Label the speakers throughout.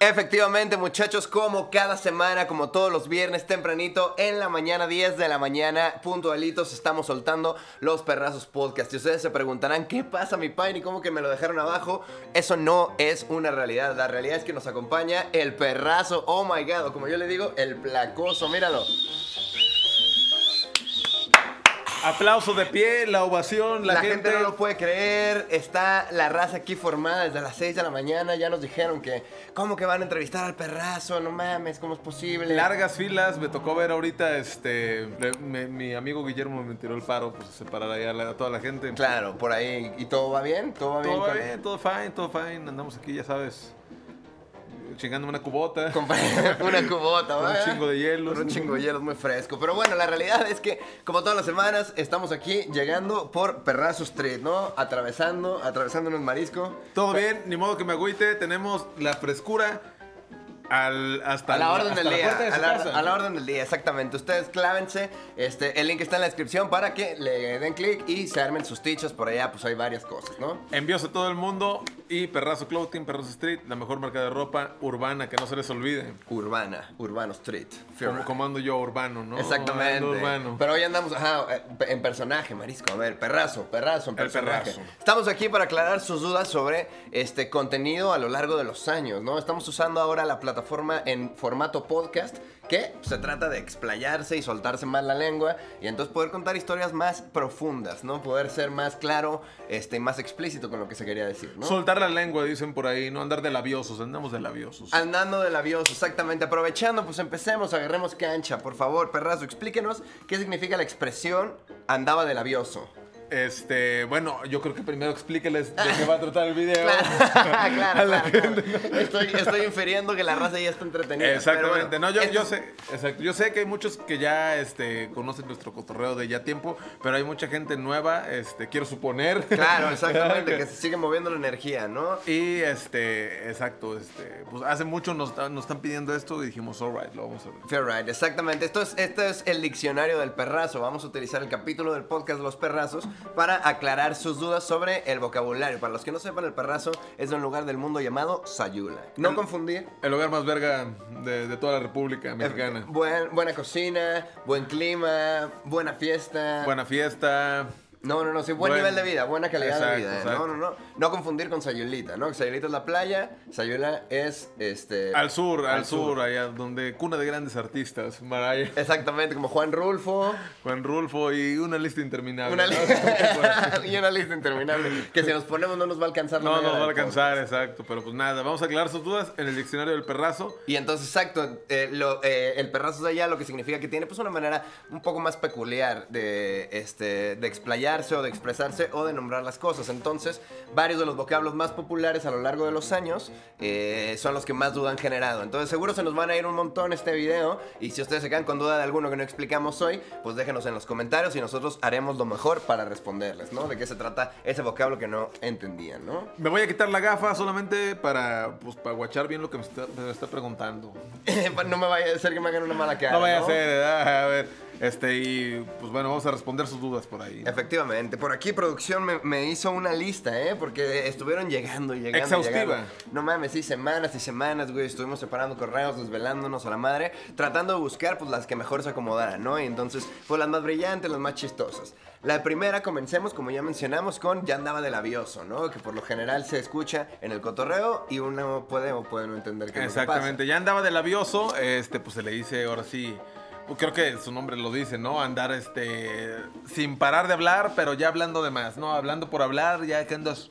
Speaker 1: Efectivamente, muchachos, como cada semana, como todos los viernes tempranito, en la mañana, 10 de la mañana, puntualitos, estamos soltando los perrazos podcast. Y ustedes se preguntarán, ¿qué pasa, mi Pine? ¿Y cómo que me lo dejaron abajo? Eso no es una realidad. La realidad es que nos acompaña el perrazo, oh my god, o como yo le digo, el placoso, míralo.
Speaker 2: Aplauso de pie, la ovación, la,
Speaker 1: La, gente... no lo puede creer, está la raza aquí formada desde las 6 de la mañana, ya nos dijeron que, ¿cómo que van a entrevistar al perrazo? No mames, ¿cómo es posible?
Speaker 2: Largas filas, me tocó ver ahorita, este, me- mi amigo Guillermo me tiró el paro, pues separar ahí a, la- a toda la gente.
Speaker 1: Claro, por ahí. ¿Y todo va bien? ¿Todo va bien?
Speaker 2: Todo va
Speaker 1: con-
Speaker 2: bien, todo fine, todo fine, andamos aquí, ya sabes, chingando una cubota,
Speaker 1: con una cubota,
Speaker 2: Con un
Speaker 1: ¿verdad?
Speaker 2: chingo de hielos.
Speaker 1: ¿eh? Con un chingo de hielos muy fresco. Pero bueno, la realidad es que, como todas las semanas, estamos aquí llegando por Perrazo Street, ¿no? Atravesando, atravesándonos marisco.
Speaker 2: todo bien, ni modo que me agüite, tenemos la frescura al, hasta
Speaker 1: A la
Speaker 2: el-
Speaker 1: orden
Speaker 2: hasta
Speaker 1: del día.
Speaker 2: puerta de
Speaker 1: a,
Speaker 2: su
Speaker 1: la,
Speaker 2: casa.
Speaker 1: a la orden del día, exactamente. Ustedes clávense. Este, el link está en la descripción para que le den clic y se armen sus tichas. Por allá, pues hay varias cosas, ¿no?
Speaker 2: Envíos a todo el mundo y Perrazo Clothing, Perrazo Street, la mejor marca de ropa urbana, que no se les olvide.
Speaker 1: Urbana, Urbano Street. Fiorano.
Speaker 2: Como, como ando yo urbano, ¿no?
Speaker 1: Exactamente.
Speaker 2: Ando urbano.
Speaker 1: Pero hoy andamos ajá, eh, en personaje, marisco. A ver, perrazo, perrazo, en
Speaker 2: El
Speaker 1: personaje.
Speaker 2: perrazo.
Speaker 1: Estamos aquí para aclarar sus dudas sobre este contenido a lo largo de los años, ¿no? Estamos usando ahora la plataforma en formato podcast, que se trata de explayarse y soltarse más la lengua y entonces poder contar historias más profundas, ¿no? Poder ser más claro, este, y más explícito con lo que se quería decir, ¿no?
Speaker 2: Soltar la lengua, dicen por ahí, no andar de labiosos, andamos de labiosos.
Speaker 1: Andando de labioso, exactamente. Aprovechando, pues empecemos, agarremos cancha. Por favor, perrazo, explíquenos qué significa la expresión andaba de labioso.
Speaker 2: Este, bueno, yo creo que primero explíqueles de qué va a tratar el video.
Speaker 1: Claro,
Speaker 2: A
Speaker 1: claro,
Speaker 2: la
Speaker 1: claro, claro. Estoy, estoy infiriendo que la raza ya está entretenida.
Speaker 2: Exactamente,
Speaker 1: pero bueno,
Speaker 2: no, yo,
Speaker 1: esto
Speaker 2: yo
Speaker 1: es-
Speaker 2: sé, exacto, yo sé que hay muchos que ya este, conocen nuestro cotorreo de ya tiempo, pero hay mucha gente nueva, este, quiero suponer.
Speaker 1: Claro, exactamente, que se sigue moviendo la energía, ¿no?
Speaker 2: Y este, exacto, este, pues hace mucho nos, nos están pidiendo esto y dijimos, alright, lo vamos a ver.
Speaker 1: Fair right, exactamente. Esto es, esto es el diccionario del perrazo. Vamos a utilizar el capítulo del podcast Los Perrazos para aclarar sus dudas sobre el vocabulario. Para los que no sepan, el perrazo es de un lugar del mundo llamado Sayula. No confundir
Speaker 2: El lugar más verga de, de toda la República Mexicana.
Speaker 1: Buen- buena cocina, buen clima, buena fiesta.
Speaker 2: Buena fiesta.
Speaker 1: No, no, no, sí, buen,
Speaker 2: Buen-
Speaker 1: nivel de vida, buena calidad
Speaker 2: Exacto,
Speaker 1: de vida. ¿eh?
Speaker 2: exacto.
Speaker 1: No, no, no. No confundir con Sayulita, ¿no? Sayulita es la playa, Sayula es este.
Speaker 2: Al sur, al sur, allá donde cuna de grandes artistas, Maraya,
Speaker 1: Exactamente, como Juan Rulfo.
Speaker 2: Juan Rulfo y una lista interminable.
Speaker 1: Una
Speaker 2: ¿no?
Speaker 1: lista y una lista interminable. Que si nos ponemos no nos va a alcanzar la
Speaker 2: No,
Speaker 1: media
Speaker 2: nos va a
Speaker 1: del
Speaker 2: alcanzar, exacto, pero pues nada, vamos a aclarar sus dudas en el diccionario del perrazo.
Speaker 1: Y entonces, exacto, eh, lo, eh, el perrazo de allá lo que significa que tiene pues una manera un poco más peculiar de, este, de explayarse o de expresarse o de nombrar las cosas. Entonces, varios de los vocablos más populares a lo largo de los años eh, son los que más duda han generado. Entonces, seguro se nos van a ir un montón este video y si ustedes se quedan con duda de alguno que no explicamos hoy, pues déjenos en los comentarios y nosotros haremos lo mejor para responderles, ¿no? De qué se trata ese vocablo que no entendían, ¿no?
Speaker 2: Me voy a quitar la gafa solamente para, pues, para guachar bien lo que me está, me está preguntando.
Speaker 1: no me vaya a ser que me hagan una mala cara.
Speaker 2: no vaya a ser, ¿verdad? a ver, este, y pues bueno, vamos a responder sus dudas por ahí.
Speaker 1: Efectivamente, por aquí producción me, me hizo una lista, ¿eh? Porque estuvieron llegando y llegando. y
Speaker 2: Exhaustiva.
Speaker 1: llegando. No mames, sí, semanas y semanas, güey. Estuvimos separando correos, desvelándonos a la madre, tratando de buscar, pues, las que mejor se acomodaran, ¿no? Y entonces, pues, las más brillantes, las más chistosas. La primera, comencemos, como ya mencionamos, con Ya andaba de labioso, ¿no? Que por lo general se escucha en el cotorreo y uno puede o puede no entender qué es lo que pasa.
Speaker 2: Exactamente, ya andaba de labioso, este, pues se le dice ahora sí, pues, creo que su nombre lo dice, ¿no? Andar este sin parar de hablar, pero ya hablando de más, ¿no? Hablando por hablar, ya que andas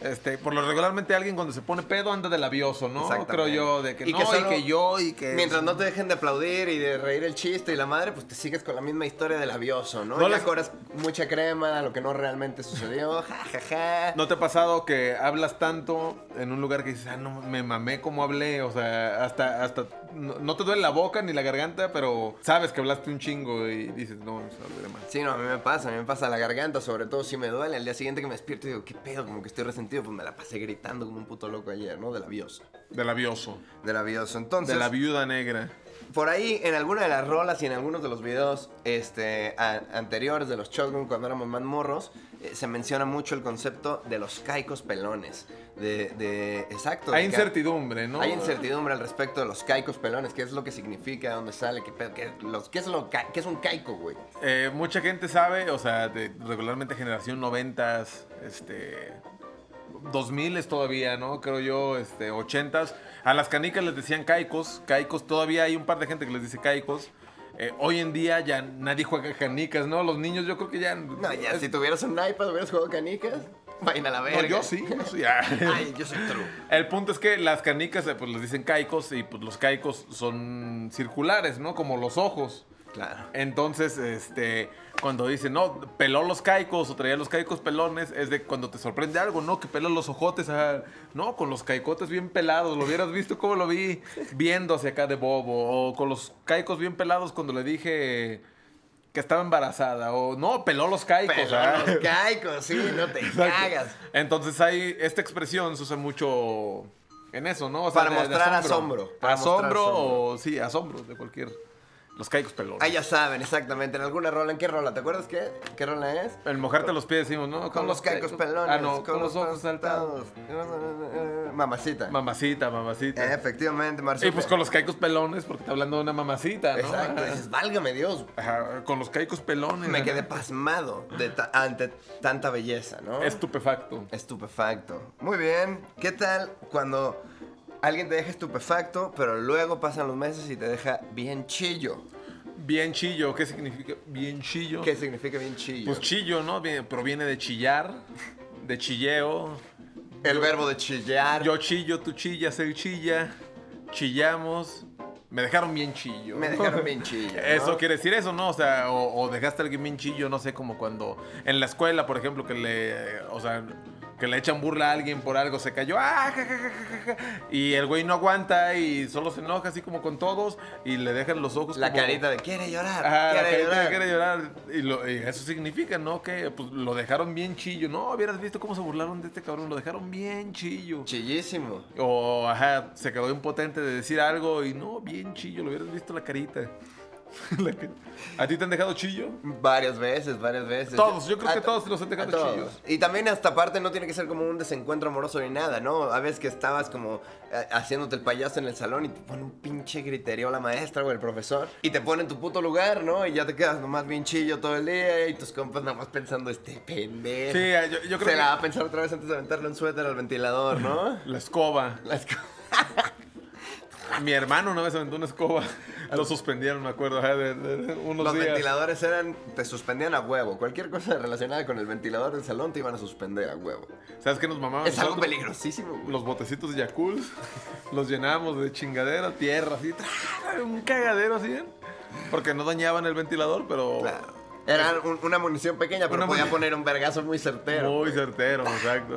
Speaker 2: este, por lo regularmente alguien cuando se pone pedo anda de labioso, ¿no?
Speaker 1: Exactamente.
Speaker 2: Creo yo, de que
Speaker 1: Y
Speaker 2: no,
Speaker 1: que solo-
Speaker 2: y que yo, y que...
Speaker 1: Mientras no te dejen de aplaudir y de reír el chiste y la madre, pues te sigues con la misma historia del avioso, ¿no?
Speaker 2: No
Speaker 1: ya
Speaker 2: les-
Speaker 1: cobras mucha crema, lo que no realmente sucedió, ja, ja, ja.
Speaker 2: ¿No te ha pasado que hablas tanto en un lugar que dices, ah, no, me mamé como hablé? O sea, hasta, hasta, no, no te duele la boca ni la garganta, pero sabes que hablaste un chingo y dices, no, se hablé de más.
Speaker 1: Sí, no, a mí me pasa, a mí me pasa la garganta, sobre todo si me duele. Al día siguiente que me despierto digo, ¿qué pedo? Como que estoy resentido, pues me la pasé gritando como un puto loco ayer, ¿no? Del avioso.
Speaker 2: De labioso.
Speaker 1: Del avioso. Entonces,
Speaker 2: De la viuda negra.
Speaker 1: por ahí, en alguna de las rolas y en algunos de los videos este, a- anteriores de los Shotgun cuando éramos más morros, eh, se menciona mucho el concepto de los caicos pelones. De, de- exacto.
Speaker 2: Hay
Speaker 1: de que-
Speaker 2: incertidumbre, ¿no?
Speaker 1: Hay incertidumbre al respecto de los caicos pelones, qué es lo que significa, dónde sale, qué pedo, qué, los, qué es, lo, ca- qué es un caico, güey.
Speaker 2: Eh, mucha gente sabe, o sea, de regularmente generación 90, este 2000 todavía, ¿no? Creo yo, este 80s. A las canicas les decían caicos, caicos, todavía hay un par de gente que les dice caicos. Eh, hoy en día ya nadie juega canicas, ¿no? Los niños yo creo que ya...
Speaker 1: No, ya, si tuvieras un iPad, hubieras jugado canicas, vaina a la verga.
Speaker 2: No, yo sí, yo sí. ah.
Speaker 1: Ay, yo soy true.
Speaker 2: El punto es que las canicas eh, pues les dicen caicos y pues los caicos son circulares, ¿no? Como los ojos.
Speaker 1: Claro.
Speaker 2: Entonces, este, cuando dicen, no, peló los caicos o traía los caicos pelones, es de cuando te sorprende algo, ¿no? Que peló los ojotes, ah, no, con los caicotes bien pelados, lo hubieras visto como lo vi viendo hacia acá de bobo, o con los caicos bien pelados cuando le dije que estaba embarazada, o no, peló los caicos. ah.
Speaker 1: Pelones caicos, sí, no te
Speaker 2: Exacto.
Speaker 1: cagas.
Speaker 2: Entonces hay esta expresión se usa mucho en eso, ¿no? O
Speaker 1: Para mostrar asombro, para mostrar
Speaker 2: asombro
Speaker 1: asombro.
Speaker 2: o sí, asombro de cualquier los caicos pelones.
Speaker 1: Ah, ya saben, exactamente. En alguna rola, ¿en qué rola? ¿Te acuerdas qué, qué rola es?
Speaker 2: El mojarte los pies decimos, ¿no?
Speaker 1: Con, los caicos pelones.
Speaker 2: Ah, no, con, los ojos saltados.
Speaker 1: Mamacita.
Speaker 2: Mamacita,
Speaker 1: Eh,
Speaker 2: mamacita.
Speaker 1: Efectivamente, Marcio.
Speaker 2: y pues con los caicos pelones, porque está hablando de una mamacita, ¿no?
Speaker 1: Exacto. Dices, válgame Dios.
Speaker 2: Ajá, con los caicos pelones.
Speaker 1: Me
Speaker 2: ajá.
Speaker 1: quedé pasmado de ta- ante tanta belleza, ¿no?
Speaker 2: Estupefacto.
Speaker 1: Estupefacto. Muy bien. ¿Qué tal cuando alguien te deja estupefacto, pero luego pasan los meses y te deja bien chillo?
Speaker 2: Bien chillo, ¿qué significa? Bien chillo.
Speaker 1: ¿Qué significa bien chillo?
Speaker 2: Pues chillo, ¿no? Viene- Proviene de chillar, de chilleo.
Speaker 1: El verbo de chillar.
Speaker 2: Yo chillo, tú chillas, él chilla. Chillamos. Me dejaron bien chillo.
Speaker 1: Me dejaron bien chillo, ¿no?
Speaker 2: Eso quiere decir eso, ¿no? O sea, o, o dejaste a alguien bien chillo, no sé, como cuando en la escuela, por ejemplo, que le. O sea, que le echan burla a alguien por algo, se cayó. ¡Ah, ja, ja, ja, ja, ja! Y el güey no aguanta y solo se enoja, así como con todos, y le dejan los ojos.
Speaker 1: La
Speaker 2: como-
Speaker 1: carita de quiere llorar.
Speaker 2: Ah, la
Speaker 1: quiere
Speaker 2: carita
Speaker 1: llorar.
Speaker 2: que quiere llorar. Y, lo- y eso significa, ¿no? Que pues, lo dejaron bien chillo. No, hubieras visto cómo se burlaron de este cabrón. Lo dejaron bien chillo.
Speaker 1: Chillísimo.
Speaker 2: O, ajá, se quedó impotente de decir algo y no, bien chillo, lo hubieras visto la carita. La ca- ¿A ti te han dejado chillo?
Speaker 1: Varias veces, varias veces.
Speaker 2: Todos, yo creo que
Speaker 1: to-
Speaker 2: todos los han dejado
Speaker 1: a todos.
Speaker 2: chillos.
Speaker 1: Y también hasta aparte no tiene que ser como un desencuentro amoroso ni nada, ¿no? A veces que estabas como eh, haciéndote el payaso en el salón y te pone un pinche griterío la maestra o el profesor y te pone en tu puto lugar, ¿no? Y ya te quedas nomás bien chillo todo el día y tus compas nada más pensando este pendejo.
Speaker 2: Sí, ah, yo, yo creo
Speaker 1: Se
Speaker 2: que
Speaker 1: la va a pensar otra vez antes de aventarle un suéter al ventilador, ¿no?
Speaker 2: la escoba.
Speaker 1: Las co-
Speaker 2: Mi hermano una vez aventó una escoba. Lo suspendieron, me acuerdo, ajá, de- de- de unos
Speaker 1: Los
Speaker 2: días.
Speaker 1: ventiladores eran, te suspendían a huevo. Cualquier cosa relacionada con el ventilador del salón te iban a suspender a huevo.
Speaker 2: ¿Sabes qué nos mamaban?
Speaker 1: Es algo
Speaker 2: Ah, nosotros?
Speaker 1: peligrosísimo, güey.
Speaker 2: Los botecitos de Yakult los llenábamos de chingadera, tierra, así. tra- Un cagadero así. ¿eh? Porque no dañaban el ventilador, pero
Speaker 1: Claro. Era un- una munición pequeña, pero
Speaker 2: Una
Speaker 1: podía
Speaker 2: munición.
Speaker 1: poner un vergazo muy certero. pues.
Speaker 2: muy certero, exacto.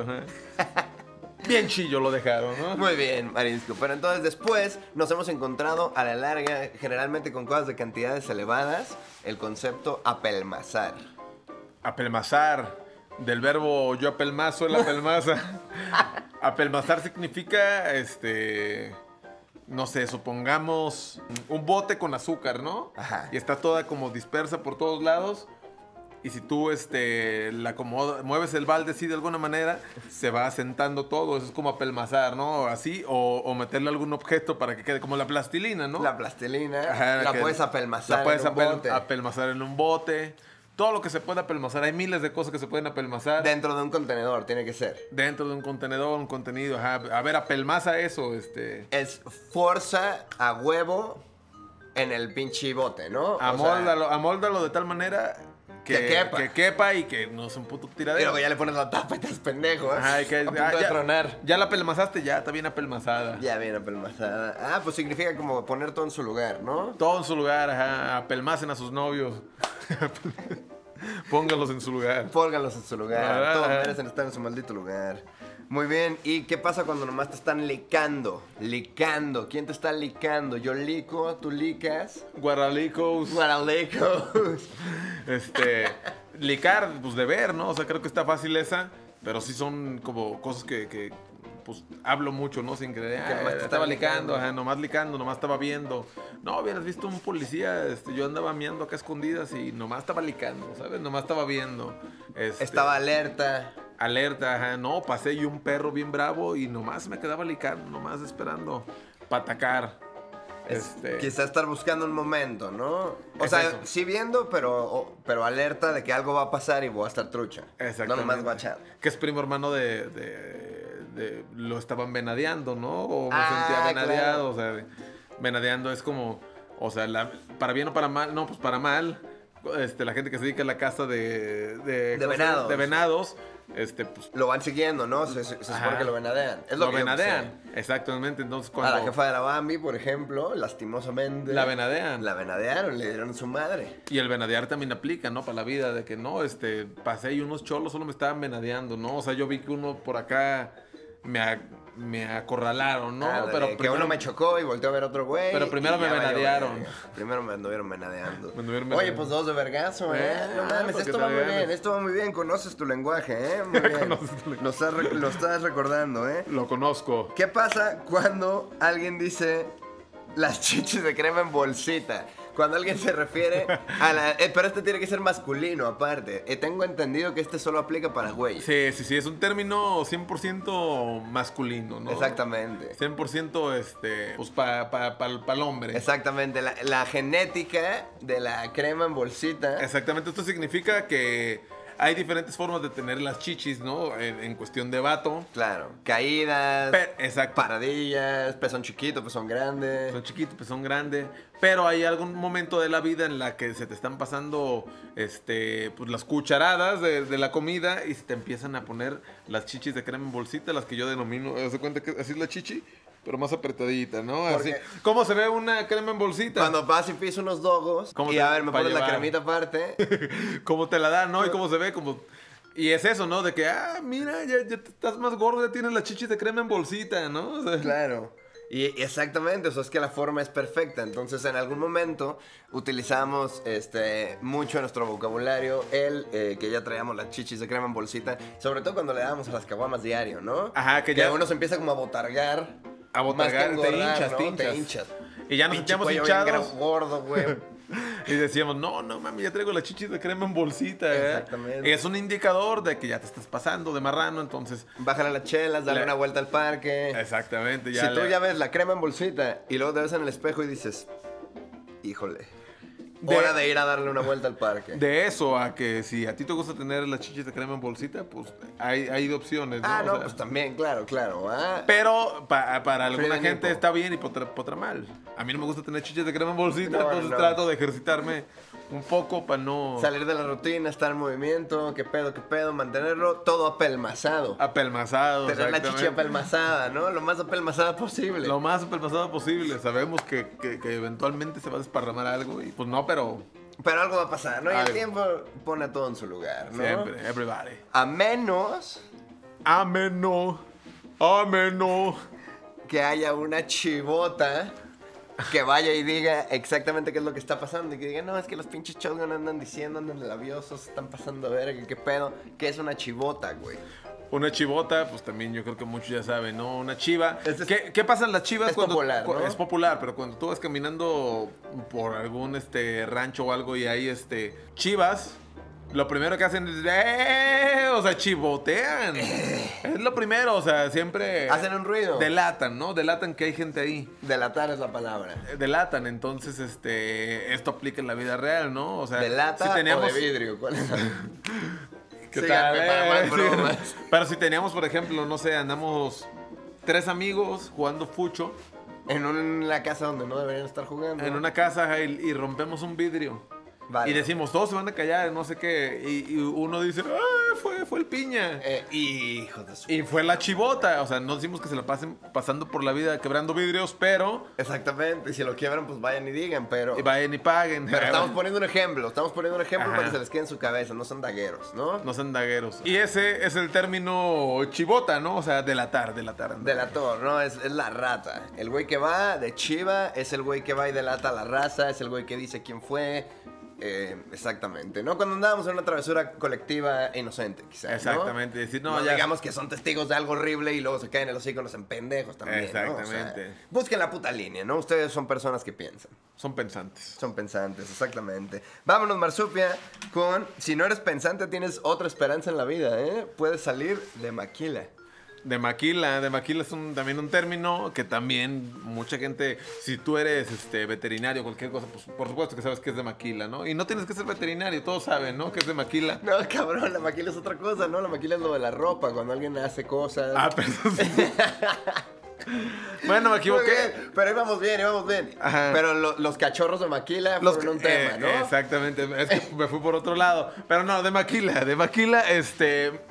Speaker 2: ajá. Bien chillo lo dejaron, ¿no?
Speaker 1: Muy bien, Marisco. Pero entonces después nos hemos encontrado a la larga, generalmente con cosas de cantidades elevadas, el concepto apelmazar.
Speaker 2: Apelmazar, del verbo yo apelmazo, él apelmaza. apelmazar significa, este, no sé, supongamos un bote con azúcar, ¿no?
Speaker 1: Ajá.
Speaker 2: Y está toda como dispersa por todos lados. Y si tú, este, la acomodas, mueves el balde así de alguna manera, se va asentando todo. Eso es como apelmazar, ¿no? Así, o, o meterle algún objeto para que quede como la plastilina, ¿no?
Speaker 1: La plastilina,
Speaker 2: Oh. Ajá,
Speaker 1: la
Speaker 2: que
Speaker 1: puedes apelmazar.
Speaker 2: La puedes
Speaker 1: en un
Speaker 2: apel-
Speaker 1: bote,
Speaker 2: apelmazar en un bote. Todo lo que se puede apelmazar. Hay miles de cosas que se pueden apelmazar.
Speaker 1: Dentro de un contenedor, tiene que ser.
Speaker 2: Dentro de un contenedor, un contenido. ajá. A ver, apelmaza eso. Este,
Speaker 1: Es fuerza a huevo en el pinche bote, ¿no? O sea,
Speaker 2: amóldalo, amóldalo de tal manera que,
Speaker 1: Que quepa.
Speaker 2: quepa y que no sea un puto
Speaker 1: y
Speaker 2: tiradero.
Speaker 1: luego ya le pones la tapa y estás pendejo. ¿eh?
Speaker 2: Ajá, y que-
Speaker 1: a punto
Speaker 2: ah,
Speaker 1: de
Speaker 2: ya,
Speaker 1: tronar.
Speaker 2: ya la apelmazaste, ya está bien apelmazada.
Speaker 1: Ya viene apelmazada. Ah, pues significa como poner todo en su lugar, ¿no?
Speaker 2: Todo en su lugar. Ajá. Apelmacen a sus novios. Póngalos en su lugar.
Speaker 1: Pónganlos en su lugar.
Speaker 2: Ah.
Speaker 1: Todos merecen estar en su maldito lugar. Muy bien. ¿Y qué pasa cuando nomás te están licando? Licando. ¿Quién te está licando? Yo lico, tú licas.
Speaker 2: Guaralicos.
Speaker 1: Guaralecos.
Speaker 2: Este, licar, pues de ver, ¿no? O sea, creo que está fácil esa, pero sí son como cosas que, que pues hablo mucho, ¿no? Sin creer.
Speaker 1: Que nomás
Speaker 2: "Ah,
Speaker 1: te
Speaker 2: estaba
Speaker 1: estaba
Speaker 2: licando,
Speaker 1: licando".
Speaker 2: ajá, nomás licando, nomás estaba viendo. No, hubieras visto un policía, este, yo andaba miando acá a escondidas y nomás estaba licando, ¿sabes? Nomás estaba viendo. este,
Speaker 1: Estaba alerta.
Speaker 2: alerta, ajá, no, pasé y un perro bien bravo y nomás me quedaba licando, nomás esperando para atacar.
Speaker 1: Es-
Speaker 2: Este,
Speaker 1: Quizá estar buscando un momento, ¿no? O
Speaker 2: Es
Speaker 1: sea,
Speaker 2: eso.
Speaker 1: sí viendo, pero, o- pero alerta de que algo va a pasar y voy a estar trucha. No
Speaker 2: Exactamente.
Speaker 1: nomás guachado.
Speaker 2: Que es primo hermano de, de- de- Lo estaban venadeando, ¿no? O me
Speaker 1: Ah,
Speaker 2: sentía venadeado. O sea, venadeando es como. O sea, la- para bien o para mal. No, pues para mal. Este, la gente que se dedica a la casa de. De,
Speaker 1: De
Speaker 2: ¿cómo se llama?
Speaker 1: venados.
Speaker 2: De venados. Este, pues.
Speaker 1: Lo van siguiendo, ¿no? Se, se- se supone
Speaker 2: Ajá.
Speaker 1: que lo venadean. Es lo,
Speaker 2: lo
Speaker 1: que yo
Speaker 2: venadean. Exactamente. Entonces,
Speaker 1: pensé. A
Speaker 2: cuando.
Speaker 1: la jefa de la Bambi, por ejemplo, lastimosamente.
Speaker 2: La venadean.
Speaker 1: La venadearon, le dieron su madre.
Speaker 2: Y el venadear también aplica, ¿no? Para la vida, de que no, este, pasé y unos cholos solo me estaban venadeando, ¿no? O sea, yo vi que uno por acá me, a- me acorralaron, ¿no?
Speaker 1: Ándale,
Speaker 2: pero
Speaker 1: que
Speaker 2: primero-
Speaker 1: uno me chocó y volteó a ver otro güey.
Speaker 2: Pero primero
Speaker 1: y
Speaker 2: me
Speaker 1: ya valió
Speaker 2: venadearon.
Speaker 1: verga. Primero me anduvieron venadeando.
Speaker 2: Me anduvieron
Speaker 1: Oye,
Speaker 2: venadeando.
Speaker 1: pues dos de vergazo, ¿eh?
Speaker 2: Eh,
Speaker 1: no
Speaker 2: ah,
Speaker 1: mames,
Speaker 2: porque
Speaker 1: esto va
Speaker 2: te
Speaker 1: muy bien,
Speaker 2: venas.
Speaker 1: esto va muy bien. Conoces tu lenguaje, ¿eh? Muy bien.
Speaker 2: Conoces tu lenguaje.
Speaker 1: Lo estás, rec- lo estás recordando, ¿eh?
Speaker 2: Lo conozco.
Speaker 1: ¿Qué pasa cuando alguien dice las chichis de crema en bolsita? Cuando alguien se refiere a la... eh, pero este tiene que ser masculino, aparte. Eh, tengo entendido que este solo aplica para güeyes.
Speaker 2: Sí, sí, sí, es un término 100% masculino, ¿no?
Speaker 1: Exactamente.
Speaker 2: 100% este, pues para el hombre.
Speaker 1: Exactamente. La, la genética de la crema en bolsita.
Speaker 2: Exactamente, esto significa que hay diferentes formas de tener las chichis, ¿no? En, en cuestión de vato.
Speaker 1: Claro. Caídas,
Speaker 2: Pe- exacto.
Speaker 1: paradillas, pues pezón chiquito, pezón grande.
Speaker 2: Son chiquitos, pues son grandes. Pero hay algún momento de la vida en la que se te están pasando este, pues, las cucharadas de, de la comida y se te empiezan a poner las chichis de crema en bolsita, las que yo denomino. ¿Se cuenta que así es la chichi? Pero más apretadita, ¿no? Así.
Speaker 1: Porque-
Speaker 2: ¿Cómo se ve una crema en bolsita?
Speaker 1: Cuando vas y piso unos dogos
Speaker 2: ¿Cómo
Speaker 1: y
Speaker 2: te-
Speaker 1: a ver, me
Speaker 2: pa'
Speaker 1: pones la
Speaker 2: llevar?
Speaker 1: cremita aparte.
Speaker 2: ¿Cómo te la dan, no? ¿Y cómo se ve? Como... Y es eso, ¿no? De que, ah, mira, ya, ya te- estás más gordo, ya tienes las chichis de crema en bolsita, ¿no? O sea,
Speaker 1: Claro. Y y exactamente, o sea, es que la forma es perfecta. Entonces, en algún momento utilizamos este, mucho en nuestro vocabulario el eh, que ya traíamos las chichis de crema en bolsita, sobre todo cuando le dábamos a las caguamas diario, ¿no?
Speaker 2: Ajá, que ya-
Speaker 1: uno se empieza como a botargar.
Speaker 2: A botargar,
Speaker 1: más que
Speaker 2: te
Speaker 1: engordar,
Speaker 2: hinchas,
Speaker 1: ¿no?
Speaker 2: te hinchas. Y ya
Speaker 1: Pinche
Speaker 2: nos sentíamos
Speaker 1: cuello bien
Speaker 2: hinchados.
Speaker 1: gra- gordo, güey.
Speaker 2: Y decíamos, no, no mami, ya traigo las chichis de crema en bolsita. ¿eh?".
Speaker 1: Exactamente.
Speaker 2: Es un indicador de que ya te estás pasando de marrano, entonces.
Speaker 1: Bájale las chelas, dale
Speaker 2: Le-
Speaker 1: una vuelta al parque.
Speaker 2: Exactamente, ya.
Speaker 1: si tú
Speaker 2: le-
Speaker 1: ya ves la crema en bolsita y luego te ves en el espejo y dices, híjole,
Speaker 2: De-
Speaker 1: hora de ir a darle una vuelta al parque.
Speaker 2: De eso a que si a ti te gusta tener las chichis de crema en bolsita, pues hay, hay de opciones, ¿no?
Speaker 1: Ah,
Speaker 2: O
Speaker 1: no,
Speaker 2: sea,
Speaker 1: pues también, claro, claro. ah.
Speaker 2: Pero pa- para alguna
Speaker 1: Frida
Speaker 2: gente
Speaker 1: Nipo.
Speaker 2: está bien y potra, potra mal. A mí no me gusta tener chichis de crema en bolsita,
Speaker 1: No,
Speaker 2: entonces
Speaker 1: no.
Speaker 2: trato de ejercitarme un poco para no
Speaker 1: Salir de la rutina, estar en movimiento, qué pedo, qué pedo, mantenerlo todo apelmazado.
Speaker 2: apelmazado.
Speaker 1: Tener la chicha
Speaker 2: Ah, exactamente.
Speaker 1: apelmazada, ¿no? Lo más apelmazada posible.
Speaker 2: Lo más apelmazado posible. Sabemos que, que- que eventualmente se va a desparramar algo y pues no, pero
Speaker 1: Pero algo va a pasar, ¿no? Y el
Speaker 2: Algo.
Speaker 1: tiempo pone todo en su lugar, ¿no?
Speaker 2: siempre, everybody.
Speaker 1: A menos
Speaker 2: Ameno. Ameno.
Speaker 1: que haya una chivota que vaya y diga exactamente qué es lo que está pasando y que diga, no, es que los pinches shotgun andan diciendo, andan labiosos, están pasando verga, qué pedo, que es una chivota, güey.
Speaker 2: Una chivota, pues también yo creo que muchos ya saben, ¿no? Una chiva.
Speaker 1: Este es-
Speaker 2: ¿Qué, qué pasa en las chivas
Speaker 1: es
Speaker 2: cuando
Speaker 1: popular,
Speaker 2: cu-
Speaker 1: ¿no?
Speaker 2: es popular? Pero cuando tú vas caminando por algún este rancho o algo y hay este chivas, lo primero que hacen es ¡eh! o sea, chivotean. es lo primero, o sea, siempre
Speaker 1: Eh. Hacen un ruido.
Speaker 2: delatan, ¿no? Delatan que hay gente ahí. Eh,
Speaker 1: Delatar es la palabra.
Speaker 2: delatan. Entonces, este, esto aplica en la vida real, ¿no? O sea,
Speaker 1: ¿De lata
Speaker 2: si teníamos,
Speaker 1: o de vidrio? ¿Cuál es la-
Speaker 2: ¿Qué
Speaker 1: Síganme
Speaker 2: tal,
Speaker 1: para
Speaker 2: eh?
Speaker 1: más
Speaker 2: Sí.
Speaker 1: bromas.
Speaker 2: Pero si teníamos, por ejemplo, no sé, andamos tres amigos jugando fucho
Speaker 1: En una casa donde no deberían estar jugando.
Speaker 2: en una casa y, y rompemos un vidrio.
Speaker 1: Vale.
Speaker 2: Y decimos, todos se van a callar, no sé qué. Y, y uno dice, ah, fue, fue el piña.
Speaker 1: Eh, hijo de su...
Speaker 2: Y fue la chivota. O sea, no decimos que se la pasen pasando por la vida quebrando vidrios, pero...
Speaker 1: Exactamente. Y si lo quiebran, pues vayan y digan, pero...
Speaker 2: Y vayan y paguen.
Speaker 1: Pero estamos poniendo un ejemplo. Estamos poniendo un ejemplo
Speaker 2: Ajá.
Speaker 1: para que se les quede en su cabeza. No son dagueros, ¿no?
Speaker 2: No sean dagueros. Y ese es el término chivota, ¿no? O sea, delatar, delatar. andar.
Speaker 1: Delator, no, es, es la rata. El güey que va de chiva es el güey que va y delata a la raza, es el güey que dice quién fue. Eh, exactamente, ¿no? Cuando andábamos en una travesura colectiva e inocente, quizás.
Speaker 2: Exactamente, decir, no, ya-
Speaker 1: Digamos que son testigos de algo horrible y luego se caen en los íconos en pendejos también. ¿no? O sea,
Speaker 2: Exactamente.
Speaker 1: busquen la puta línea, ¿no? Ustedes son personas que piensan.
Speaker 2: Son pensantes.
Speaker 1: Son pensantes, exactamente. Vámonos, Marsupia, con si no eres pensante, tienes otra esperanza en la vida, ¿eh? Puedes salir de Maquila.
Speaker 2: De maquila, de maquila es un- también un término que también mucha gente, si tú eres este veterinario, cualquier cosa, pues por supuesto que sabes que es de maquila, ¿no? Y no tienes que ser veterinario, todos saben, ¿no? Que es de maquila.
Speaker 1: No, cabrón, la maquila es otra cosa, ¿no? La maquila es lo de la ropa, cuando alguien hace cosas.
Speaker 2: Ah, pero bueno, me
Speaker 1: Muy
Speaker 2: equivoqué.
Speaker 1: bien, Pero íbamos bien, íbamos bien.
Speaker 2: Ajá.
Speaker 1: Pero lo- los cachorros de Maquila
Speaker 2: Los-
Speaker 1: fueron un
Speaker 2: eh,
Speaker 1: tema, ¿no?
Speaker 2: Exactamente, es que me fui por otro lado. Pero no, de maquila, de maquila, este.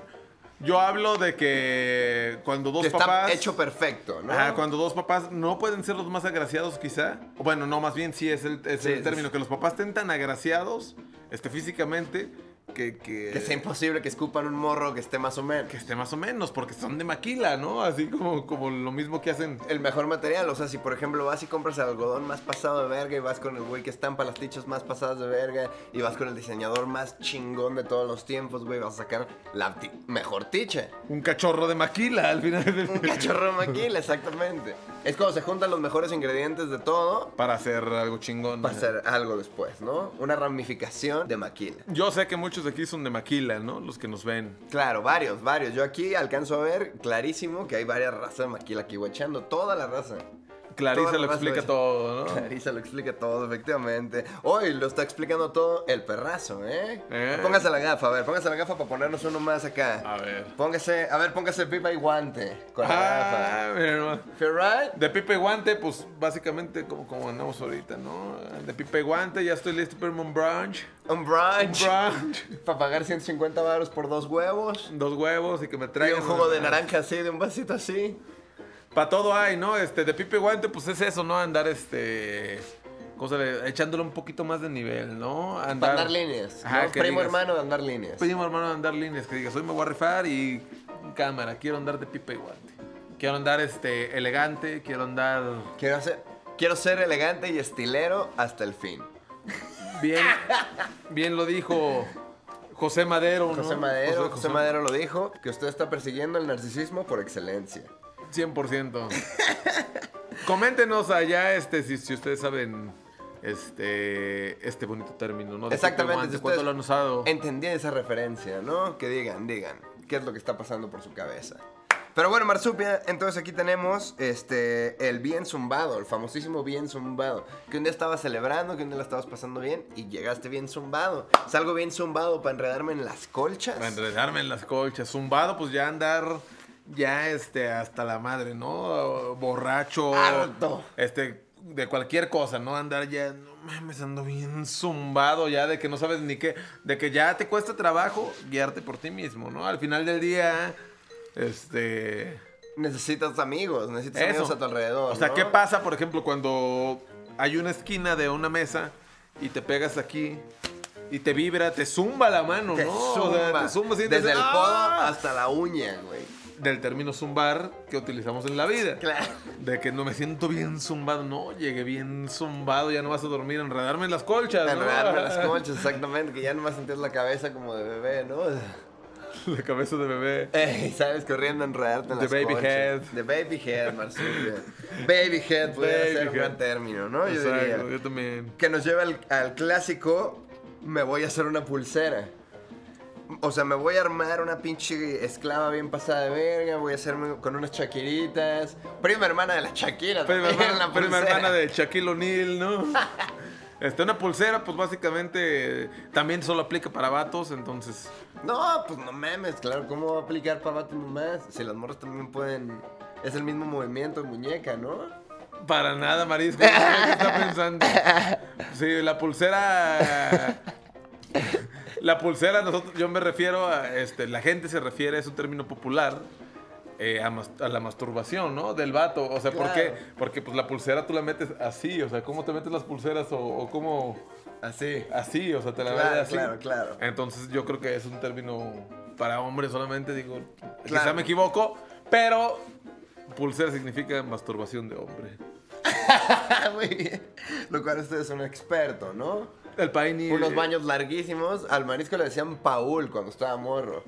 Speaker 2: Yo hablo de que cuando dos
Speaker 1: Que está
Speaker 2: papás.
Speaker 1: hecho perfecto, ¿no?
Speaker 2: Ajá, cuando dos papás no pueden ser los más agraciados, quizá. O bueno, no, más bien sí es el, es
Speaker 1: Sí,
Speaker 2: el
Speaker 1: sí,
Speaker 2: término.
Speaker 1: sí.
Speaker 2: Que los papás estén tan agraciados este, físicamente que, que,
Speaker 1: Que sea imposible que escupan un morro que esté más o menos.
Speaker 2: que esté más o menos, porque son de maquila, ¿no? Así como, como lo mismo que hacen.
Speaker 1: El mejor material, o sea, si por ejemplo vas y compras el algodón más pasado de verga y vas con el güey que estampa las tichas más pasadas de verga y vas con el diseñador más chingón de todos los tiempos, güey, vas a sacar la ti- mejor ticha.
Speaker 2: Un cachorro de maquila al final. del-
Speaker 1: Un cachorro de maquila, exactamente. Es cuando se juntan los mejores ingredientes de todo
Speaker 2: Para hacer algo chingón.
Speaker 1: para hacer algo después, ¿no? Una ramificación de maquila.
Speaker 2: Yo sé que muchos de aquí son de Maquila, ¿no? Los que nos ven.
Speaker 1: Claro, varios, varios. Yo aquí alcanzo a ver clarísimo que hay varias razas de maquila aquí guachando, toda la raza.
Speaker 2: Clarisa
Speaker 1: Toda
Speaker 2: lo
Speaker 1: la raza
Speaker 2: explica
Speaker 1: de-
Speaker 2: todo, ¿no?
Speaker 1: Clarisa lo explica todo, efectivamente. Hoy lo está explicando todo el perrazo, ¿eh?
Speaker 2: Eh.
Speaker 1: Póngase la gafa, a ver, póngase la gafa para ponernos uno más acá.
Speaker 2: A ver.
Speaker 1: Póngase, a ver, póngase pipa y guante con la gafa.
Speaker 2: Ah, mira nomás.
Speaker 1: Feel right?
Speaker 2: De pipe guante, pues básicamente como, como andamos ahorita, ¿no? De pipe guante, ya estoy listo para un brunch.
Speaker 1: Un brunch.
Speaker 2: Brunch.
Speaker 1: Para pagar 150 baros por dos huevos.
Speaker 2: Dos huevos y que me
Speaker 1: Y
Speaker 2: traigan.
Speaker 1: un jugo de naranja así, de un vasito así.
Speaker 2: Para todo hay, ¿no? Este, de pipe guante, pues es eso, ¿no? Andar este. ¿Cómo se le- Echándole un poquito más de nivel, ¿no?
Speaker 1: Para andar líneas.
Speaker 2: Ajá,
Speaker 1: ¿no?
Speaker 2: que
Speaker 1: Primo
Speaker 2: digas.
Speaker 1: hermano de andar líneas.
Speaker 2: Primo hermano de andar líneas, que digas, hoy me voy a rifar y cámara, quiero andar de pipe guante. Quiero andar este elegante, quiero andar
Speaker 1: Quiero ser, quiero ser elegante y estilero hasta el fin.
Speaker 2: bien. Bien lo dijo José Madero, ¿no?
Speaker 1: José Madero, José, Madero lo dijo, que usted está persiguiendo el narcisismo por excelencia.
Speaker 2: 100%. Coméntenos allá este si, si ustedes saben este este bonito término, ¿no? De
Speaker 1: Exactamente,
Speaker 2: pipe guante,
Speaker 1: si
Speaker 2: ¿Cuánto
Speaker 1: ustedes
Speaker 2: lo han usado?
Speaker 1: Entendí esa referencia, ¿no? Que digan, digan, qué es lo que está pasando por su cabeza. Pero bueno, Marsupia, entonces aquí tenemos este, el bien zumbado, el famosísimo bien zumbado. Que un día estabas celebrando, que un día la estabas pasando bien y llegaste bien zumbado. Salgo bien zumbado para enredarme en las colchas.
Speaker 2: Para enredarme en las colchas. Zumbado, pues ya andar. Ya este, hasta la madre, ¿no? Borracho.
Speaker 1: Harto.
Speaker 2: Este, de cualquier cosa, ¿no? Andar ya. No mames, ando bien zumbado ya de que no sabes ni qué. De que ya te cuesta trabajo guiarte por ti mismo, ¿no? Al final del día. Este.
Speaker 1: Necesitas amigos, necesitas
Speaker 2: Eso.
Speaker 1: amigos a tu alrededor.
Speaker 2: O sea,
Speaker 1: ¿no?
Speaker 2: ¿qué pasa, por ejemplo, cuando hay una esquina de una mesa y te pegas aquí y te vibra, te zumba la mano,
Speaker 1: Te
Speaker 2: ¿no? O sea,
Speaker 1: zumba.
Speaker 2: te zumba, sientes-
Speaker 1: Desde el
Speaker 2: ¡Ah!
Speaker 1: codo hasta la uña, güey.
Speaker 2: del término zumbar que utilizamos en la vida.
Speaker 1: Claro.
Speaker 2: De que no me siento bien zumbado. No, llegué bien zumbado, ya no vas a dormir, enredarme en las colchas. ¿no?
Speaker 1: Enredarme en las colchas, exactamente, que ya nomás sentías la cabeza como de bebé, ¿no?
Speaker 2: La cabeza de bebé.
Speaker 1: Ey, sabes, corriendo a enredarte en
Speaker 2: The
Speaker 1: las
Speaker 2: baby
Speaker 1: colchas.
Speaker 2: head.
Speaker 1: The baby head, Marsupia. baby head pudiera
Speaker 2: Baby
Speaker 1: ser un
Speaker 2: head.
Speaker 1: buen término, ¿no? Yo
Speaker 2: Exacto,
Speaker 1: diría.
Speaker 2: yo también.
Speaker 1: Que nos lleva al, al clásico, me voy a hacer una pulsera. O sea, me voy a armar una pinche esclava bien pasada de verga, voy a hacerme con unas chaquiritas. Prima hermana de la chaquira.
Speaker 2: Prima,
Speaker 1: también,
Speaker 2: hermana,
Speaker 1: la
Speaker 2: prima
Speaker 1: pulsera.
Speaker 2: hermana de Shaquille O'Neal, ¿no? Este, una pulsera, pues básicamente eh, también solo aplica para vatos, entonces.
Speaker 1: No, pues no mames, claro, ¿cómo va a aplicar para vato nomás? Si las morras también pueden. Es el mismo movimiento de muñeca, ¿no?
Speaker 2: Para nada, Marisco. ¿Qué está pensando? Sí, la pulsera. La pulsera, nosotros, yo me refiero a. Este, la gente se refiere, es un término popular. eh, a, mas- a la masturbación, ¿no? Del vato. O sea, ¿por qué?
Speaker 1: Claro.
Speaker 2: Porque pues la pulsera tú la metes así. O sea, ¿cómo te metes las pulseras? O, o cómo.
Speaker 1: Así.
Speaker 2: Así, o sea, te la
Speaker 1: Claro,
Speaker 2: metes así.
Speaker 1: claro, claro.
Speaker 2: Entonces yo creo que es un término para hombres solamente, digo. Quizá
Speaker 1: Claro.
Speaker 2: me equivoco, pero pulsera significa masturbación de hombre.
Speaker 1: Muy bien. Lo cual usted es un experto, ¿no?
Speaker 2: El Paini.
Speaker 1: unos baños larguísimos. Al marisco le decían Paul cuando estaba morro.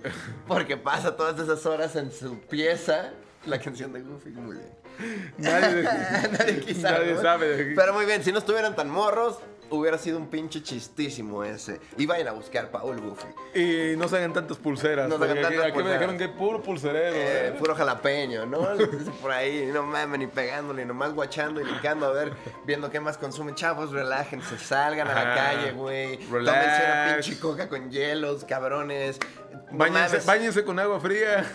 Speaker 1: Porque pasa todas esas horas en su pieza. La canción de Goofy, muy bien.
Speaker 2: Nadie,
Speaker 1: Nadie quizá,
Speaker 2: Nadie
Speaker 1: ¿no?
Speaker 2: sabe.
Speaker 1: Pero muy bien, si no estuvieran tan morros, hubiera sido un pinche chistísimo ese. Y vayan a buscar Paul Goofy.
Speaker 2: Y no se hagan tantas pulseras.
Speaker 1: No se hagan
Speaker 2: porque aquí-
Speaker 1: tantas
Speaker 2: aquí me
Speaker 1: pulseras.
Speaker 2: dijeron que puro pulserero.
Speaker 1: Eh,
Speaker 2: ¿eh?
Speaker 1: puro jalapeño, ¿no? Por ahí, no mames, ni pegándole, nomás guachando y licando, a ver, viendo qué más consumen. Chavos, relájense, salgan a la
Speaker 2: Ajá.
Speaker 1: calle, güey.
Speaker 2: Relax.
Speaker 1: Tómense una pinche coca con hielos, cabrones. No
Speaker 2: Báñense,
Speaker 1: mames.
Speaker 2: báñense con agua fría.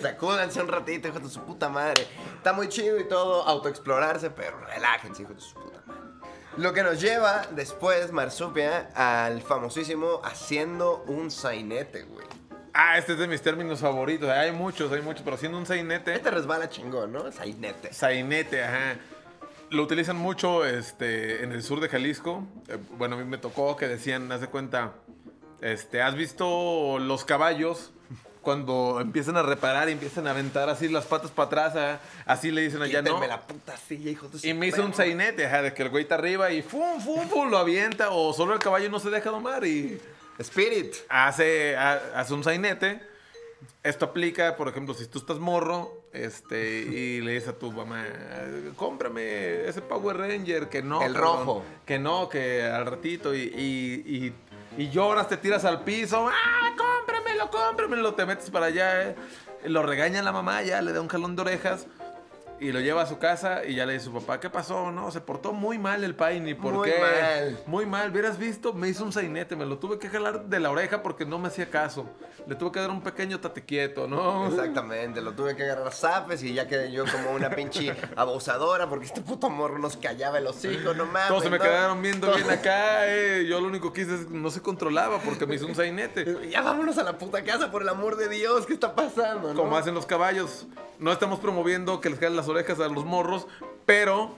Speaker 1: Sacúdanse un ratito, hijos de su puta madre. Está muy chido y todo, autoexplorarse, pero relájense, hijos de su puta madre. Lo que nos lleva después, Marsupia, al famosísimo haciendo un sainete, güey.
Speaker 2: Ah, este es de mis términos favoritos. Hay muchos, hay muchos, pero siendo un sainete.
Speaker 1: Este resbala chingón, ¿no? Sainete.
Speaker 2: Sainete, ajá. Lo utilizan mucho este, en el sur de Jalisco. Eh, bueno, a mí me tocó que decían, haz de cuenta, este, ¿has visto los caballos? Cuando empiezan a reparar y empiezan a aventar así las patas para atrás, ah, así le dicen allá, ¿no?
Speaker 1: Quítenme la puta silla, hijos de su
Speaker 2: Y me hizo un
Speaker 1: perra.
Speaker 2: sainete, ajá, de que el güey está arriba y fum, fum, fum, lo avienta o solo el caballo no se deja domar y
Speaker 1: Spirit.
Speaker 2: hace, ha- hace un sainete. Esto aplica, por ejemplo, si tú estás morro este, y le dices a tu mamá, cómprame ese Power Ranger, que no.
Speaker 1: El
Speaker 2: cabrón,
Speaker 1: rojo.
Speaker 2: Que no, que al ratito y, y- y- y lloras, te tiras al piso, ¡ah, cómpramelo, cómpramelo! Te metes para allá, eh. lo regaña la mamá, ya le da un jalón de orejas. Y lo lleva a su casa y ya le dice a su papá, ¿qué pasó? No, se portó muy mal el Paini. ¿Por
Speaker 1: Muy
Speaker 2: qué?
Speaker 1: mal.
Speaker 2: Muy mal, hubieras visto, me hizo un sainete, me lo tuve que jalar de la oreja porque no me hacía caso. Le tuve que dar un pequeño tatequieto, ¿no?
Speaker 1: Exactamente, lo tuve que agarrar a zapes y ya quedé yo como una pinche abusadora porque este puto morro nos callaba el hocico, no mames.
Speaker 2: Todos se me
Speaker 1: ¿no?
Speaker 2: quedaron viendo
Speaker 1: Todos-
Speaker 2: bien acá, eh. yo lo único que hice es no se controlaba porque me hizo un sainete.
Speaker 1: Ya vámonos a la puta casa, por el amor de Dios, ¿qué está pasando? no?
Speaker 2: Como hacen los caballos, no estamos promoviendo que les jalen las orejas a los morros, pero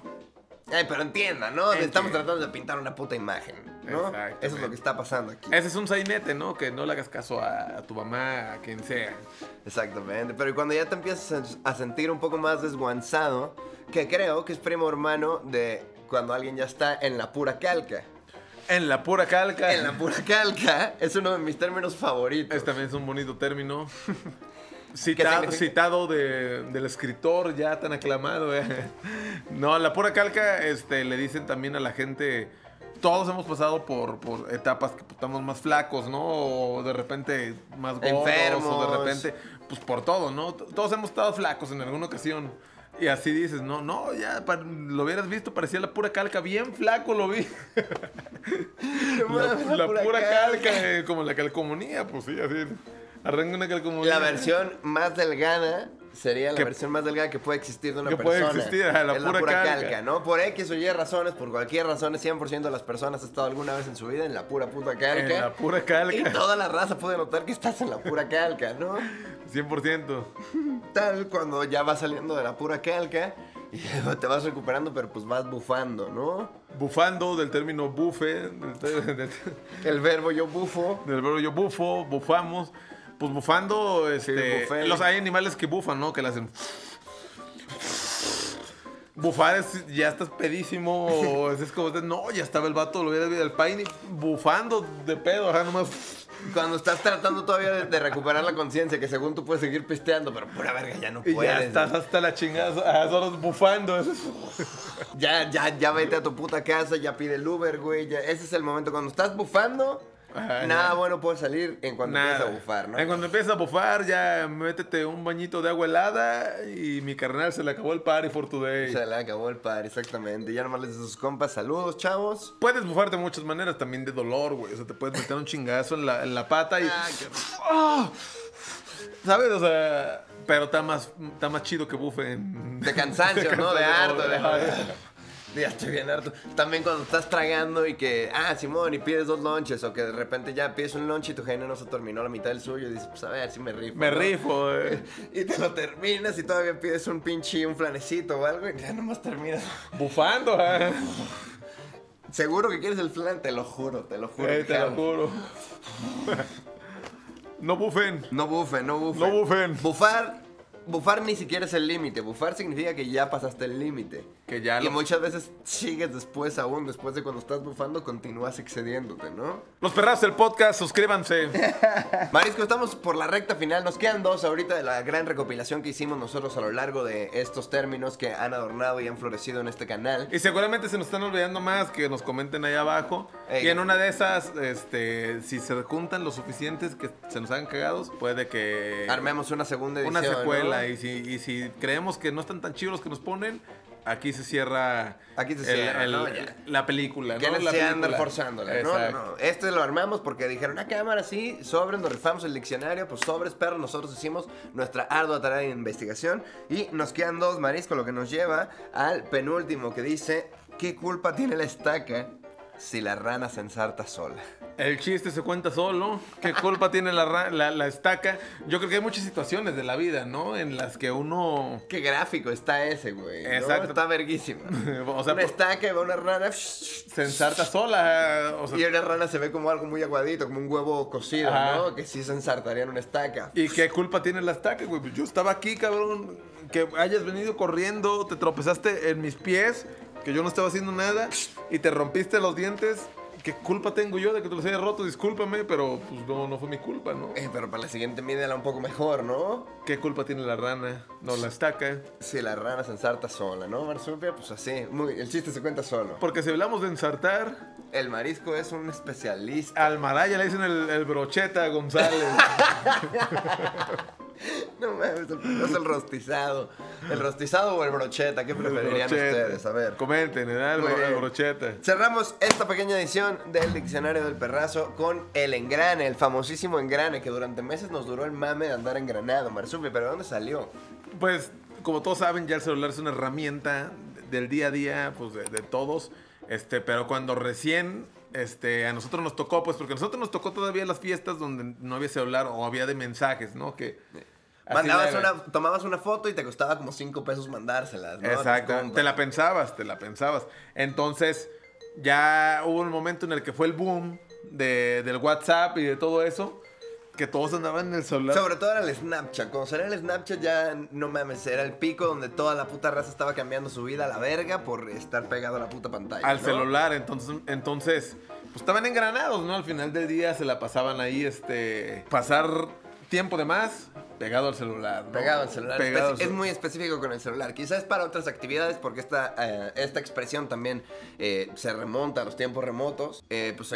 Speaker 1: Ay, Eh, pero entienda, ¿no?
Speaker 2: Entiendo.
Speaker 1: Estamos tratando de pintar una puta imagen, ¿no?
Speaker 2: Exactamente.
Speaker 1: Eso es lo que está pasando aquí.
Speaker 2: ese es un sainete, ¿no? Que no le hagas caso a, a tu mamá, a quien sea.
Speaker 1: Exactamente, pero cuando ya te empiezas a a sentir un poco más desguanzado, que creo que es primo hermano de cuando alguien ya está en la pura calca.
Speaker 2: En la pura calca.
Speaker 1: En la pura calca es uno de mis términos favoritos.
Speaker 2: Este también es un bonito término. Cita-
Speaker 1: significa?
Speaker 2: citado de- del escritor ya tan aclamado. eh. No, la pura calca este, le dicen también a la gente. Todos hemos pasado por, por etapas que pues, estamos más flacos, ¿no? O de repente más gordos.
Speaker 1: Enfermos.
Speaker 2: O de repente, pues por todo, ¿no? T- Todos hemos estado flacos en alguna ocasión. Y así dices, no, no, ya pa- lo hubieras visto, parecía la pura calca, bien flaco lo vi. La,
Speaker 1: Mames,
Speaker 2: la pura, calca, eh, como la calcomanía, pues sí, así. Arranca una calcomanía.
Speaker 1: La versión más delgada sería la
Speaker 2: Que-
Speaker 1: versión más delgada que puede existir de una
Speaker 2: que puede
Speaker 1: persona.
Speaker 2: existir, ajá, la
Speaker 1: Es
Speaker 2: pura calca.
Speaker 1: ¿no? Por X o Y razones, por cualquier razón, el 100% de las personas ha estado alguna vez en su vida en la pura puta calca.
Speaker 2: En la pura calca.
Speaker 1: Y toda la raza puede notar que estás en la pura calca, ¿no?
Speaker 2: 100%.
Speaker 1: Tal cuando ya vas saliendo de la pura calca y te vas recuperando, pero pues vas bufando, ¿no?
Speaker 2: Bufando, del término bufe, del, ter- del-
Speaker 1: El verbo yo bufo.
Speaker 2: del verbo yo bufo, bufamos. Pues bufando, este,
Speaker 1: bufé.
Speaker 2: los hay animales que bufan, ¿no? Que le hacen... Bufar es, ya estás pedísimo, o es, es como, de, no, ya estaba el vato, lo hubiera visto el pain y bufando de pedo, ajá, nomás...
Speaker 1: Cuando estás tratando todavía de, de recuperar la conciencia, que según tú puedes seguir pisteando, pero pura verga, ya no
Speaker 2: Y
Speaker 1: puedes.
Speaker 2: ya estás
Speaker 1: ¿no?
Speaker 2: hasta la chingada, a horas bufando. eso es-
Speaker 1: Ya, ya, ya vete a tu puta casa, ya pide el Uber, güey. ya- ese es el momento. Cuando estás bufando,
Speaker 2: Ajá,
Speaker 1: nada
Speaker 2: ya.
Speaker 1: bueno puede salir en cuanto empiezas a
Speaker 2: Nada.
Speaker 1: bufar, ¿no?
Speaker 2: Eh, Cuando empiezas a bufar, ya métete un bañito de agua helada y mi carnal se le acabó el party for today.
Speaker 1: Se le acabó el par, exactamente. Ya nomás les dice a sus compas, saludos, chavos.
Speaker 2: Puedes bufar de muchas maneras, también de dolor, güey. O sea, te puedes meter un chingazo en la, en la pata y.
Speaker 1: Ah, qué-
Speaker 2: ¡Ah! ¿Sabes? O sea, pero está más, está más chido que bufen.
Speaker 1: De cansancio, ¿no? De harto, de
Speaker 2: Ajá.
Speaker 1: Ya estoy bien harto. También cuando estás tragando y que, ah, Simón, y pides dos lonches, o que de repente ya pides un lonche y tu género no se terminó la mitad del suyo, y dices, pues a ver, si me rifo.
Speaker 2: Me
Speaker 1: ¿no?
Speaker 2: rifo, eh, güey.
Speaker 1: Y te lo terminas y todavía pides un pinche, un flanecito o algo, y ya nomás terminas.
Speaker 2: Bufando, ajá.
Speaker 1: Seguro que quieres el flan, te lo juro, te lo juro.
Speaker 2: Eh, te lo
Speaker 1: Carlos.
Speaker 2: juro. No bufen.
Speaker 1: No bufen, no bufen.
Speaker 2: No bufen.
Speaker 1: Bufar bufar ni siquiera es el límite. Bufar significa que ya pasaste el límite.
Speaker 2: Que ya
Speaker 1: y
Speaker 2: lo-
Speaker 1: muchas veces sigues después aún, después de cuando estás bufando, continúas excediéndote, ¿no?
Speaker 2: Los perrazos del podcast, suscríbanse.
Speaker 1: Marisco, estamos por la recta final. Nos quedan dos ahorita de la gran recopilación que hicimos nosotros a lo largo de estos términos que han adornado y han florecido en este canal.
Speaker 2: y seguramente se nos están olvidando más, que nos comenten ahí abajo.
Speaker 1: Ey.
Speaker 2: Y en una de esas, este, si se juntan los suficientes que se nos hagan cagados, puede que...
Speaker 1: Armemos una segunda edición.
Speaker 2: Eh, una secuela.
Speaker 1: ¿no?
Speaker 2: Y, si, y si creemos que no están tan chidos los que nos ponen, aquí se cierra.
Speaker 1: Aquí se cierra, ¿no? Ya.
Speaker 2: La película.
Speaker 1: Que
Speaker 2: ¿no?
Speaker 1: les
Speaker 2: La
Speaker 1: sea
Speaker 2: película.
Speaker 1: andar forzándola, ¿no?
Speaker 2: Exacto.
Speaker 1: No, no. Este lo armamos porque dijeron, a cámara sí, sobres, nos rifamos el diccionario, pues sobres, perro, nosotros hicimos nuestra ardua tarea de investigación y nos quedan dos mariscos, lo que nos lleva al penúltimo que dice, ¿qué culpa tiene la estaca si la rana se ensarta sola?
Speaker 2: El chiste se cuenta solo. ¿Qué culpa tiene la, ra- la- la estaca? Yo creo que hay muchas situaciones de la vida, ¿no? En las que uno.
Speaker 1: Qué gráfico está ese, güey. ¿no?
Speaker 2: Exacto.
Speaker 1: Está verguísimo.
Speaker 2: O sea,
Speaker 1: una
Speaker 2: por-
Speaker 1: estaca y va una rana.
Speaker 2: Se ensarta sola. o sea,
Speaker 1: Y una rana se ve como algo muy aguadito, como un huevo cocido,
Speaker 2: Ajá.
Speaker 1: ¿no? Que sí se ensartaría en una estaca.
Speaker 2: ¿Y qué culpa tiene la estaca, güey? Pues yo estaba aquí, cabrón. Que hayas venido corriendo, te tropezaste en mis pies, que yo no estaba haciendo nada, y te rompiste los dientes. ¿Qué culpa tengo yo de que te los hayas roto? Discúlpame, pero pues no, no fue mi culpa, ¿no?
Speaker 1: Eh, pero para la siguiente mídela un poco mejor, ¿no?
Speaker 2: ¿Qué culpa tiene la rana? No, la estaca.
Speaker 1: Si la rana se ensarta sola, ¿no, Marsupia? Pues así, muy, el chiste se cuenta solo.
Speaker 2: Porque si hablamos de ensartar,
Speaker 1: El marisco es un especialista.
Speaker 2: al Maraya le dicen el, el brocheta González.
Speaker 1: No mames, el primero es el rostizado. ¿El rostizado o el brocheta? ¿Qué
Speaker 2: El
Speaker 1: preferirían
Speaker 2: brocheta.
Speaker 1: ustedes? A ver.
Speaker 2: Comenten, ¿verdad? El,
Speaker 1: Muy
Speaker 2: bro- el
Speaker 1: bien.
Speaker 2: brocheta.
Speaker 1: Cerramos esta pequeña edición del Diccionario del Perrazo con el engrane, el famosísimo engrane que durante meses nos duró el mame de andar engranado, Marsupi, pero ¿de dónde salió?
Speaker 2: Pues, como todos saben, ya el celular es una herramienta del día a día, pues, de, de todos. Este, pero cuando recién, este, a nosotros nos tocó, pues, porque a nosotros nos tocó todavía las fiestas donde no había celular o había de mensajes, ¿no? Que así
Speaker 1: Mandabas
Speaker 2: la-
Speaker 1: una, tomabas una foto y te costaba como 5 pesos mandárselas, ¿no? A tus
Speaker 2: Exacto.
Speaker 1: compas.
Speaker 2: Te la pensabas, te la pensabas. Entonces, ya hubo un momento en el que fue el boom de- del WhatsApp y de todo eso, que todos andaban en el celular.
Speaker 1: Sobre todo era el Snapchat. Cuando salió el Snapchat ya, no mames, era el pico donde toda la puta raza estaba cambiando su vida a la verga por estar pegado a la puta pantalla.
Speaker 2: al
Speaker 1: ¿no?
Speaker 2: celular, entonces, entonces, pues estaban engranados, ¿no? Al final del día se la pasaban ahí, este, pasar tiempo de más pegado al celular, ¿no?
Speaker 1: Pegado al celular.
Speaker 2: Pegado al
Speaker 1: Especi- es
Speaker 2: cel-
Speaker 1: muy específico con el celular. Quizás para otras actividades, porque esta, eh, esta expresión también eh, se remonta a los tiempos remotos. Eh, pues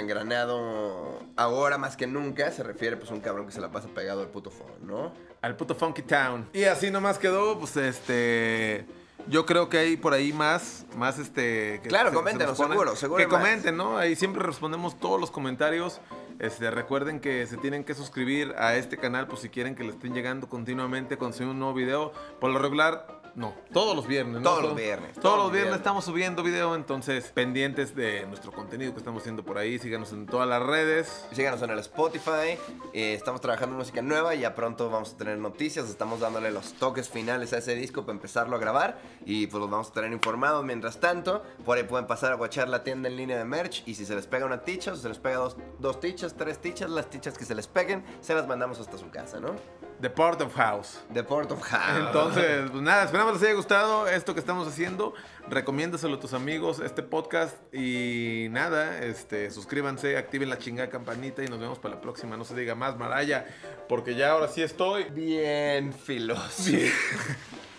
Speaker 1: engranado ahora más que nunca se refiere pues a un cabrón que se la pasa pegado al puto phone, ¿no?
Speaker 2: al puto Funky Town. Y así nomás quedó, pues, este, yo creo que hay por ahí más, más, este... que
Speaker 1: Claro,
Speaker 2: se- se
Speaker 1: coméntenos,
Speaker 2: nos ponen.
Speaker 1: seguro, seguro
Speaker 2: Que
Speaker 1: hay más.
Speaker 2: comenten, ¿no? Ahí siempre respondemos todos los comentarios. Este, recuerden que se tienen que suscribir a este canal, pues, si quieren que le estén llegando continuamente cuando sube un nuevo video. Por lo regular... No, todos los viernes. ¿no?
Speaker 1: Todos los
Speaker 2: Son-
Speaker 1: viernes,
Speaker 2: Todos, los viernes estamos subiendo video, entonces pendientes de nuestro contenido que estamos haciendo por ahí. Síganos en todas las redes.
Speaker 1: Síganos en el Spotify. eh, estamos trabajando en música nueva. y Ya pronto vamos a tener noticias. Estamos dándole los toques finales a ese disco para empezarlo a grabar. Y pues los vamos a tener informados. Mientras tanto, por ahí pueden pasar a guachar la tienda en línea de merch. Y si se les pega una ticha, o se les pega dos, dos tichas, tres tichas, las tichas que se les peguen, se las mandamos hasta su casa, ¿no?
Speaker 2: The Part of House.
Speaker 1: The Port of House.
Speaker 2: Entonces, pues nada, esperamos les haya gustado esto que estamos haciendo. Recomiéndaselo a tus amigos, este podcast. Y nada, este, suscríbanse, activen la chingada campanita y nos vemos para la próxima. No se diga más, Maraya, porque ya ahora sí estoy.
Speaker 1: Bien filoso.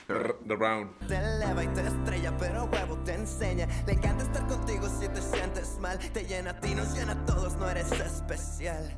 Speaker 2: The Round.
Speaker 3: Te eleva y te estrella, pero huevo te enseña. Le encanta estar contigo si te sientes mal. Te llena a ti, nos llena a todos, no eres especial.